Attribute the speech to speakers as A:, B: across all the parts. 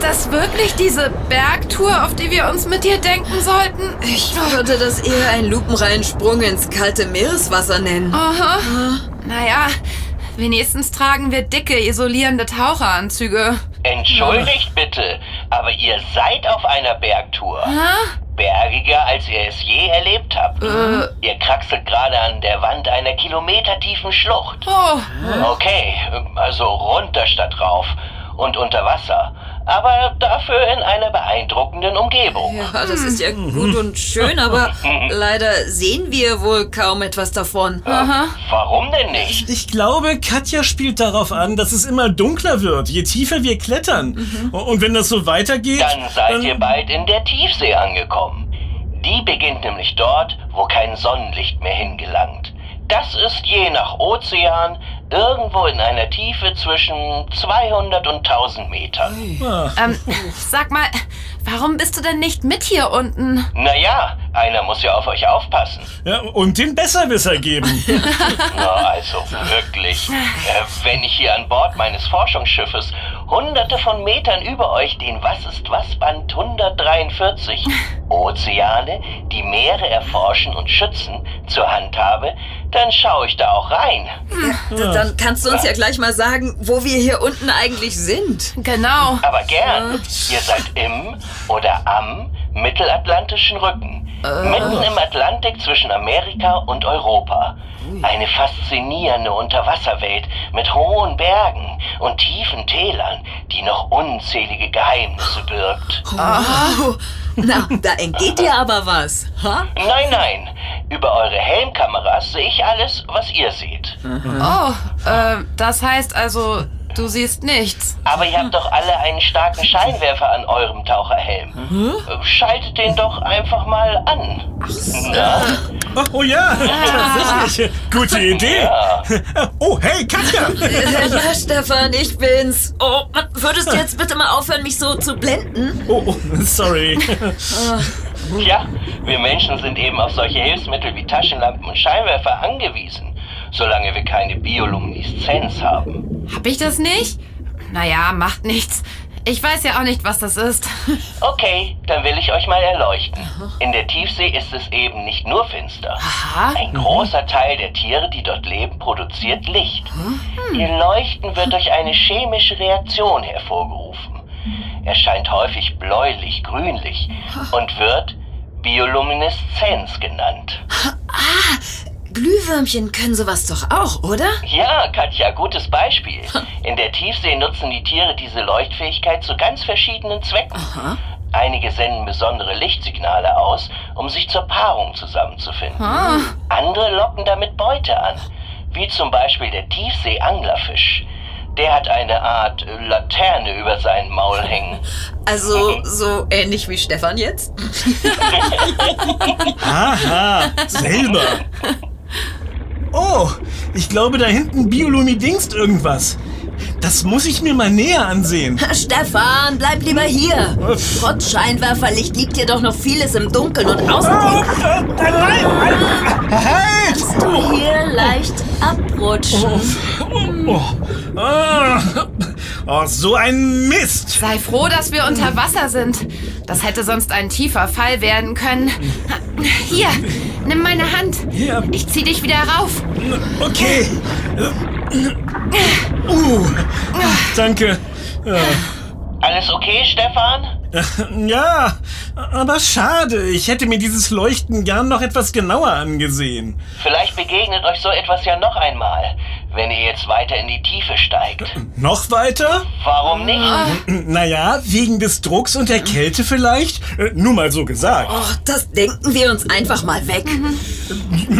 A: das wirklich diese Bergtour, auf die wir uns mit dir denken sollten?
B: Ich würde das eher einen Lupenreinsprung ins kalte Meereswasser nennen.
A: Aha. Naja, wenigstens tragen wir dicke, isolierende Taucheranzüge.
C: Entschuldigt bitte, aber ihr seid auf einer Bergtour.
A: Hä?
C: Bergiger, als ihr es je erlebt habt. Ihr kraxelt gerade an der Wand einer kilometertiefen Schlucht.
A: Oh,
C: Okay, also runter statt rauf und unter Wasser. Aber dafür in einer beeindruckenden Umgebung.
B: Ja, das ist ja gut und schön, aber leider sehen wir wohl kaum etwas davon.
C: Warum denn nicht?
D: Ich glaube, Katja spielt darauf an, dass es immer dunkler wird, je tiefer wir klettern. Und wenn das so weitergeht,
C: Mhm. Dann seid
D: dann-
C: ihr bald in der Tiefsee angekommen. Die beginnt nämlich dort, wo kein Sonnenlicht mehr hingelangt. Das ist je nach Ozean irgendwo in einer Tiefe zwischen 200 und 1000 Metern.
D: Ah.
A: ähm, sag mal, warum bist du denn nicht mit hier unten?
C: Naja, einer muss ja auf euch aufpassen.
D: Ja, und den Besserwisser geben.
C: Na, also wirklich. Äh, wenn ich hier an Bord meines Forschungsschiffes hunderte von Metern über euch den Was ist was Band 143 Ozeane, die Meere erforschen und schützen zur Hand habe, dann schaue ich da auch rein.
B: D- Dann kannst du uns ja gleich mal sagen, wo wir hier unten eigentlich sind.
A: Genau.
C: Aber gern, ihr seid im oder am mittelatlantischen Rücken. Mitten im Atlantik zwischen Amerika und Europa. Eine faszinierende Unterwasserwelt mit hohen Bergen und tiefen Tälern, die noch unzählige Geheimnisse birgt.
B: Oh. Na, da entgeht dir aber was. Ha?
C: Nein, nein, über eure Helmkameras sehe ich alles, was ihr seht.
A: Oh, äh, das heißt also, du siehst nichts.
C: Aber ihr habt doch alle einen starken Scheinwerfer an eurem Taucherhelm. Schaltet den doch einfach mal an. Na?
D: Oh, oh ja,
C: Ah.
D: tatsächlich. Gute Idee. Oh, hey, Katja.
B: Ja, Stefan, ich bin's. Oh, Mann, würdest du jetzt bitte mal aufhören, mich so zu blenden?
D: Oh, oh sorry.
C: Tja, wir Menschen sind eben auf solche Hilfsmittel wie Taschenlampen und Scheinwerfer angewiesen, solange wir keine Biolumineszenz haben.
A: Hab ich das nicht? Naja, macht nichts. Ich weiß ja auch nicht, was das ist.
C: Okay, dann will ich euch mal erleuchten. In der Tiefsee ist es eben nicht nur finster. Ein großer Teil der Tiere, die dort leben, produziert Licht. Ihr Leuchten wird durch eine chemische Reaktion hervorgerufen. Erscheint häufig bläulich-grünlich und wird Biolumineszenz genannt.
B: Glühwürmchen können sowas doch auch, oder?
C: Ja, Katja, gutes Beispiel. In der Tiefsee nutzen die Tiere diese Leuchtfähigkeit zu ganz verschiedenen Zwecken. Einige senden besondere Lichtsignale aus, um sich zur Paarung zusammenzufinden. Andere locken damit Beute an, wie zum Beispiel der Tiefseeanglerfisch. Der hat eine Art äh, Laterne über seinem Maul hängen.
B: Also, so ähnlich wie Stefan jetzt?
D: Aha, selber. Oh, ich glaube, da hinten Biolumidingst irgendwas. Das muss ich mir mal näher ansehen.
B: Stefan, bleib lieber hier. Trotz Scheinwerferlicht liegt hier doch noch vieles im Dunkeln und
D: Ah.
B: außerdem
D: Halt!
B: kannst du hier leicht abrutschen.
D: Oh, ah, oh, so ein Mist.
A: Sei froh, dass wir unter Wasser sind. Das hätte sonst ein tiefer Fall werden können. Hier, nimm meine Hand.
D: Ja.
A: Ich zieh dich wieder rauf.
D: Okay. Uh, danke.
C: Alles okay, Stefan?
D: Ja, aber schade. Ich hätte mir dieses Leuchten gern noch etwas genauer angesehen.
C: Vielleicht begegnet euch so etwas ja noch einmal, wenn ihr jetzt weiter in die Tiefe steigt.
D: Noch weiter?
C: Warum nicht?
D: Naja, wegen des Drucks und der Kälte vielleicht? Äh, Nur mal so gesagt.
B: Oh, das denken wir uns einfach mal weg.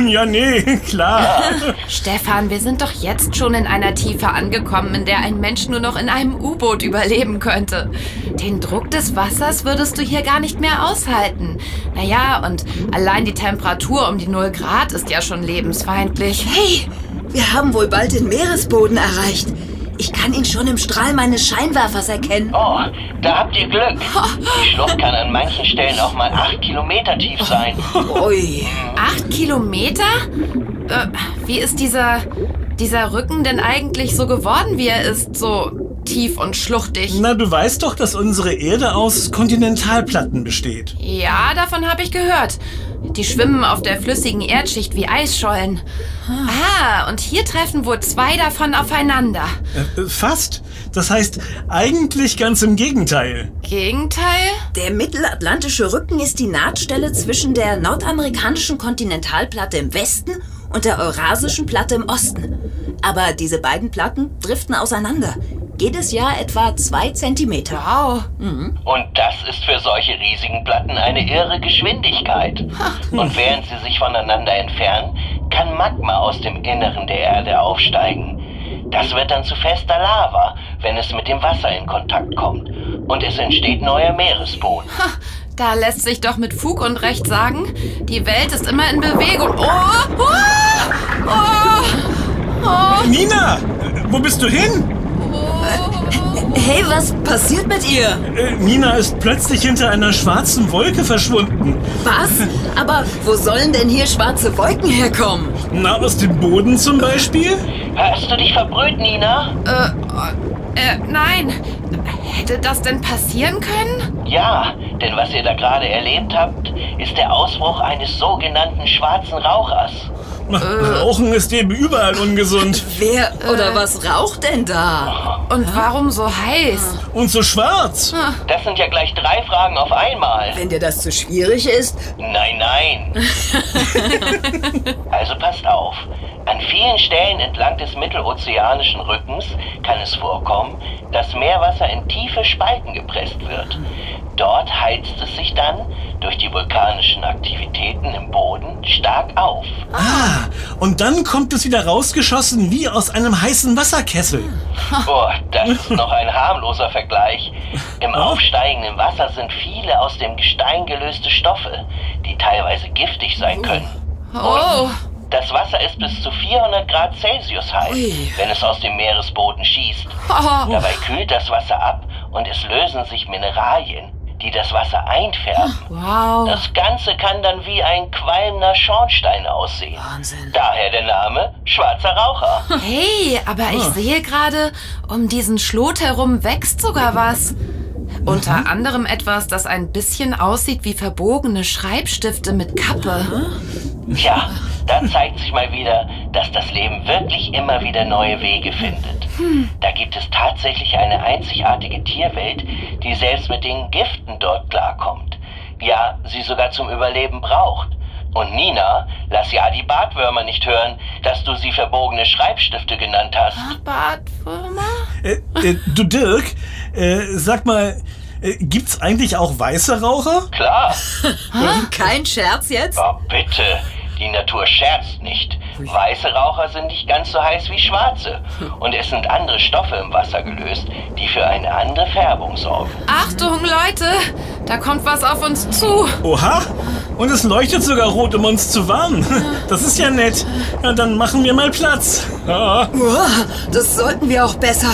D: Ja, nee, klar.
A: Stefan, wir sind doch jetzt schon in einer Tiefe angekommen, in der ein Mensch nur noch in einem U-Boot überleben könnte. Den Druck des Wassers würdest du hier gar nicht mehr aushalten. Naja, und allein die Temperatur um die 0 Grad ist ja schon lebensfeindlich.
B: Hey, wir haben wohl bald den Meeresboden erreicht. Ich kann ihn schon im Strahl meines Scheinwerfers erkennen.
C: Oh, da habt ihr Glück. Die Schlucht kann an manchen Stellen auch mal acht Kilometer tief sein.
B: Ui.
A: Acht Kilometer? Äh, wie ist dieser, dieser Rücken denn eigentlich so geworden, wie er ist? So tief und schluchtig.
D: Na, du weißt doch, dass unsere Erde aus Kontinentalplatten besteht.
A: Ja, davon habe ich gehört. Die schwimmen auf der flüssigen Erdschicht wie Eisschollen. Ah, und hier treffen wohl zwei davon aufeinander.
D: Äh, äh, fast. Das heißt, eigentlich ganz im Gegenteil.
A: Gegenteil?
B: Der mittelatlantische Rücken ist die Nahtstelle zwischen der nordamerikanischen Kontinentalplatte im Westen und der eurasischen Platte im Osten. Aber diese beiden Platten driften auseinander. Jedes Jahr etwa zwei Zentimeter.
A: Wow.
C: Und das ist für solche riesigen Platten eine irre Geschwindigkeit. Und während sie sich voneinander entfernen, kann Magma aus dem Inneren der Erde aufsteigen. Das wird dann zu fester Lava, wenn es mit dem Wasser in Kontakt kommt. Und es entsteht neuer Meeresboden.
A: Da lässt sich doch mit Fug und Recht sagen, die Welt ist immer in Bewegung. Oh! Oh! Oh! Oh!
D: Nina, äh, wo bist du hin?
B: Hey, was passiert mit ihr?
D: Äh, Nina ist plötzlich hinter einer schwarzen Wolke verschwunden.
B: Was? Aber wo sollen denn hier schwarze Wolken herkommen?
D: Na, aus dem Boden zum Beispiel?
C: Hast du dich verbrüht, Nina?
A: Äh, äh, nein. Hätte das denn passieren können?
C: Ja, denn was ihr da gerade erlebt habt, ist der Ausbruch eines sogenannten schwarzen Rauchers.
D: Rauchen ist eben überall ungesund.
B: Wer oder was raucht denn da?
A: Und warum so heiß?
D: Und so schwarz.
C: Das sind ja gleich drei Fragen auf einmal.
B: Wenn dir das zu schwierig ist,
C: Nein, nein. also passt auf. An vielen Stellen entlang des mittelozeanischen Rückens kann es vorkommen, dass Meerwasser in tiefe Spalten gepresst wird. Dort heizt es sich dann durch die vulkanischen Aktivitäten im Boden stark auf.
D: Ah, und dann kommt es wieder rausgeschossen wie aus einem heißen Wasserkessel.
C: Boah, Oh, das ist noch ein harmloser Vergleich. Im aufsteigenden Wasser sind viele aus dem Gestein gelöste Stoffe, die teilweise giftig sein können.
A: Oh.
C: Das Wasser ist bis zu 400 Grad Celsius heiß,
B: Ui.
C: wenn es aus dem Meeresboden schießt.
A: oh.
C: Dabei kühlt das Wasser ab und es lösen sich Mineralien, die das Wasser einfärben.
A: Wow.
C: Das Ganze kann dann wie ein qualmender Schornstein aussehen.
B: Wahnsinn.
C: Daher der Name Schwarzer Raucher.
A: Hey, aber ich sehe gerade, um diesen Schlot herum wächst sogar was. Unter anderem etwas, das ein bisschen aussieht wie verbogene Schreibstifte mit Kappe.
C: Tja, da zeigt sich mal wieder, dass das Leben wirklich immer wieder neue Wege findet. Da gibt es tatsächlich eine einzigartige Tierwelt, die selbst mit den Giften dort klarkommt. Ja, sie sogar zum Überleben braucht. Und Nina, lass ja die Bartwürmer nicht hören, dass du sie verbogene Schreibstifte genannt hast.
A: Bartwürmer?
D: Äh, äh, du Dirk, äh, sag mal, äh, gibt's eigentlich auch weiße Raucher?
C: Klar,
B: Hm, Kein Scherz jetzt?
C: aber Oh, bitte, die Natur scherzt nicht. Weiße Raucher sind nicht ganz so heiß wie schwarze. Und es sind andere Stoffe im Wasser gelöst, die für eine andere Färbung sorgen.
A: Achtung, Leute! Da kommt was auf uns zu.
D: Oha! Und es leuchtet sogar rot, um uns zu warnen. Das ist ja nett. Na, dann machen wir mal Platz. Ah,
B: Uah, das sollten wir auch besser.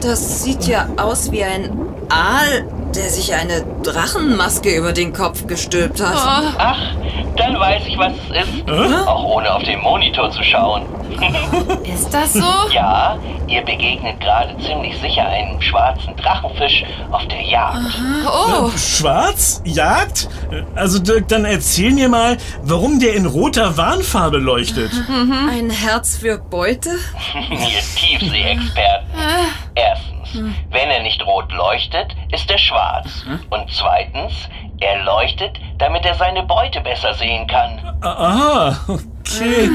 B: Das sieht ja aus wie ein Aal, der sich eine Drachenmaske über den Kopf gestülpt hat.
A: Oh,
C: Ach, dann weiß ich, was es ist. Auch ohne auf den Monitor zu schauen.
A: ist das so?
C: Ja, ihr begegnet gerade ziemlich sicher einem schwarzen Drachenfisch auf der Jagd.
A: Oh,
D: Schwarz? Jagd? Äh, Also Dirk, dann erzähl mir mal, warum der in roter Warnfarbe leuchtet.
B: Hm? Ein Herz für Beute?
C: ihr Tiefseeexperten. Erstens, wenn er nicht rot leuchtet, ist er schwarz. Und zweitens, er leuchtet, damit er seine Beute besser sehen kann.
D: Ah, okay.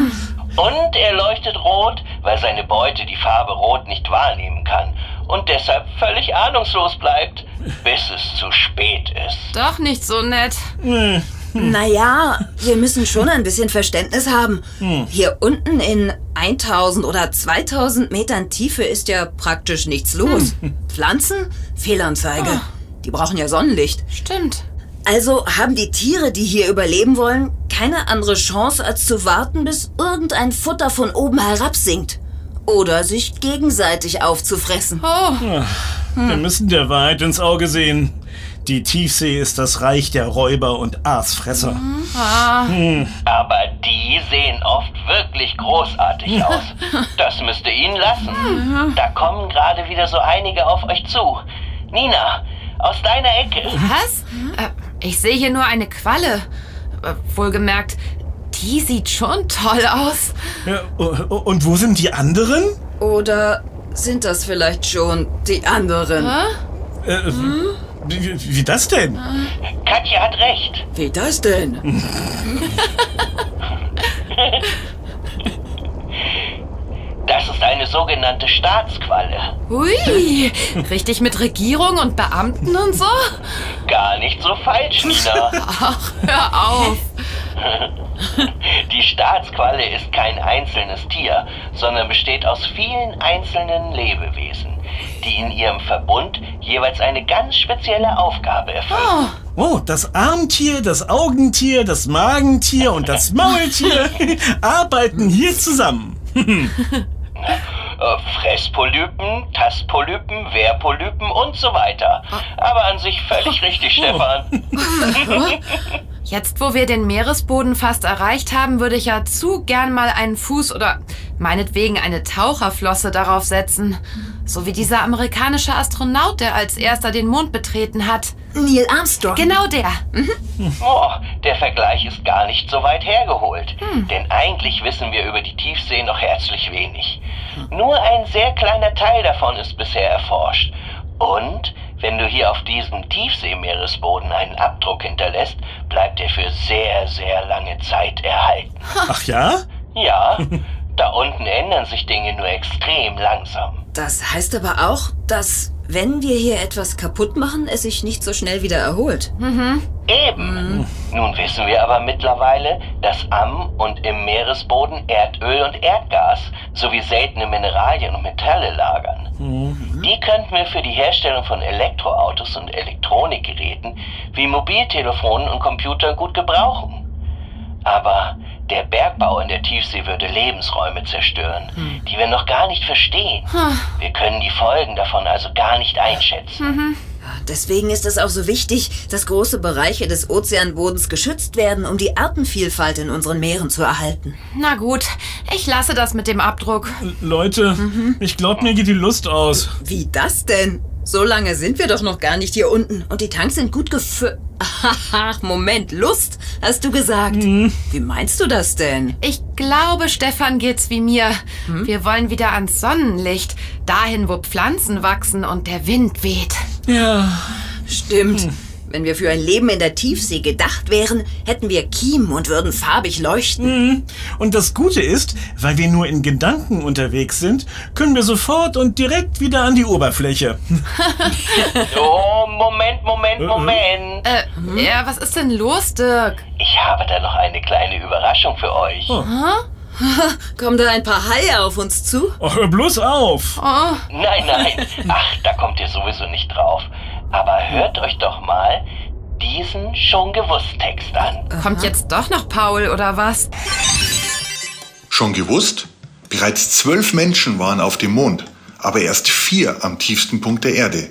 C: Und er leuchtet rot, weil seine Beute die Farbe rot nicht wahrnehmen kann und deshalb völlig ahnungslos bleibt, bis es zu spät ist.
A: doch nicht so nett.
B: Naja, wir müssen schon ein bisschen Verständnis haben. Hier unten in 1000 oder 2000 Metern Tiefe ist ja praktisch nichts los. Pflanzen? Fehlanzeige. Die brauchen ja Sonnenlicht.
A: Stimmt.
B: Also haben die Tiere, die hier überleben wollen, keine andere Chance, als zu warten, bis irgendein Futter von oben herabsinkt. Oder sich gegenseitig aufzufressen.
A: Oh,
D: Wir müssen der Wahrheit ins Auge sehen. Die Tiefsee ist das Reich der Räuber und Aasfresser.
C: Aber Die sehen oft wirklich großartig aus. Das müsst ihr ihnen lassen. Da kommen gerade wieder so einige auf euch zu. Nina, aus deiner Ecke.
A: Was? Äh, ich sehe hier nur eine Qualle. Äh, wohlgemerkt, die sieht schon toll aus.
D: Ja, o- o- und wo sind die anderen?
B: Oder sind das vielleicht schon die anderen?
D: Äh, wie, wie das denn?
C: Katja hat recht.
B: Wie das denn?
C: Das ist eine sogenannte Staatsqualle.
A: Ui, richtig mit Regierung und Beamten und so?
C: Gar nicht so falsch, Nina.
A: Ach, hör auf.
C: Die Staatsqualle ist kein einzelnes Tier, sondern besteht aus vielen einzelnen Lebewesen, die in ihrem Verbund jeweils eine ganz spezielle Aufgabe erfüllen.
A: Oh,
D: Oh, das Armtier, das Augentier, das Magentier und das Maultier arbeiten hier zusammen.
C: Äh, Fresspolypen, Tastpolypen, Wehrpolypen und so weiter. Aber an sich völlig richtig, Stefan.
A: jetzt wo wir den Meeresboden fast erreicht haben, würde ich ja zu gern mal einen Fuß oder meinetwegen eine Taucherflosse darauf setzen. So wie dieser amerikanische Astronaut, der als erster den Mond betreten hat.
B: Neil Armstrong.
A: Genau der.
C: Oh, der Vergleich ist gar nicht so weit hergeholt. Denn eigentlich wissen wir über die Tiefsee noch herzlich wenig. Nur ein sehr kleiner Teil davon ist bisher erforscht. Und wenn du hier auf diesem Tiefseemeeresboden einen Abdruck hinterlässt, bleibt er für sehr, sehr lange Zeit erhalten.
D: Ach ja?
C: Ja, da unten ändern sich Dinge nur extrem langsam.
B: Das heißt aber auch, dass wenn wir hier etwas kaputt machen, es sich nicht so schnell wieder erholt.
C: Eben. Nun wissen wir aber mittlerweile, dass am und im Meeresboden Erdöl und Erdgas sowie seltene Mineralien und Metalle lagern. Die könnten wir für die Herstellung von Elektroautos und Elektronikgeräten wie Mobiltelefonen und Computern gut gebrauchen. Aber der Bergbau in der Tiefsee würde Lebensräume zerstören, die wir noch gar nicht verstehen. Wir können die Folgen davon also gar nicht einschätzen.
B: Ah, Deswegen ist es auch so wichtig, dass große Bereiche des Ozeanbodens geschützt werden, um die Artenvielfalt in unseren Meeren zu erhalten.
A: Na gut, ich lasse das mit dem Abdruck.
D: Leute, ich glaube, mir geht die Lust aus.
B: Wie das denn? So lange sind wir doch noch gar nicht hier unten. Und die Tanks sind gut gefüllt. Ach, Moment, Lust, hast du gesagt. Wie meinst du das denn?
A: Ich glaube, Stefan geht's wie mir. Wir wollen wieder ans Sonnenlicht, dahin, wo Pflanzen wachsen und der Wind weht.
D: Ja,
B: Stimmt. Wenn wir für ein Leben in der Tiefsee gedacht wären, hätten wir Kiemen und würden farbig leuchten.
D: und das Gute ist, weil wir nur in Gedanken unterwegs sind, können wir sofort und direkt wieder an die Oberfläche.
C: Oh, Moment, Moment, Moment.
A: Äh, ja, was ist denn los, Dirk?
C: Ich habe da noch eine kleine Überraschung für euch.
B: Kommen da ein paar Haie auf uns zu?
D: Oh, hör bloß auf.
A: Oh,
C: Nein, nein. Ach, da kommt ihr sowieso nicht drauf. Aber hört euch doch mal diesen schon gewusst Text an.
A: kommt jetzt doch noch Paul oder was?
E: Schon gewusst? Bereits zwölf Menschen waren auf dem Mond, aber erst vier am tiefsten Punkt der Erde.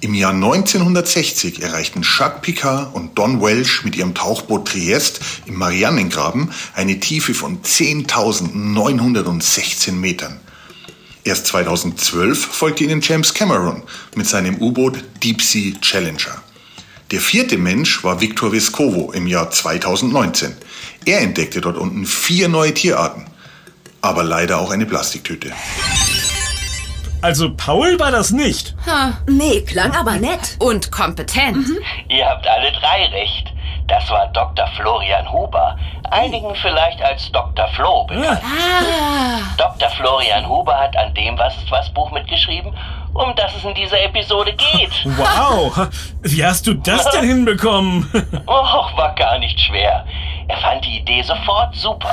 E: Im Jahr 1960 erreichten Jacques Picard und Don Welsh mit ihrem Tauchboot Triest im Marianengraben eine Tiefe von 10.916 Metern. Erst 2012 folgte ihnen James Cameron mit seinem U-Boot Deep Sea Challenger. Der vierte Mensch war Victor Vescovo im Jahr 2019. Er entdeckte dort unten vier neue Tierarten, aber leider auch eine Plastiktüte.
D: Also Paul war das nicht.
B: Nee, klang aber nett.
A: Und kompetent.
C: Ihr habt alle drei recht. Das war Dr. Florian Huber. Einigen vielleicht als Dr. Flo bekannt. Dr. Florian Huber hat an dem Was ist was Buch mitgeschrieben, um das es in dieser Episode geht.
D: Wow, wie hast du das denn hinbekommen?
C: Och, war gar nicht schwer. Er fand die Idee sofort super.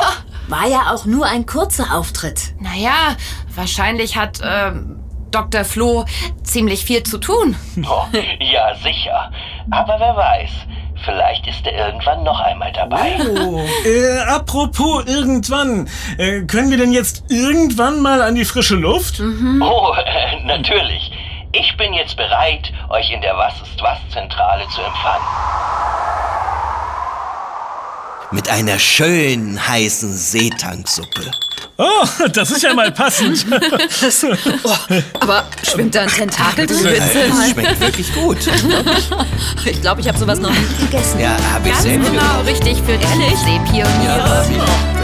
B: War ja auch nur ein kurzer Auftritt.
A: Naja, wahrscheinlich hat ähm, Dr. Flo ziemlich viel zu tun.
C: Oh, ja, sicher. Aber wer weiß, vielleicht ist er irgendwann noch einmal dabei.
D: Äh, apropos irgendwann, äh, können wir denn jetzt irgendwann mal an die frische Luft?
C: Oh, äh, natürlich. Ich bin jetzt bereit, euch in der Was ist was Zentrale zu empfangen.
F: mit einer schönen heißen Seetanksuppe.
D: Oh, das ist ja mal passend.
A: Aber schwimmt da ein Tentakel drin?
F: Das schmeckt wirklich gut.
G: Ich glaube, ich habe sowas noch nie gegessen.
F: Ja, habe ich
B: Ganz
F: selbst
B: genau richtig für die Seepioniere.
F: gemacht.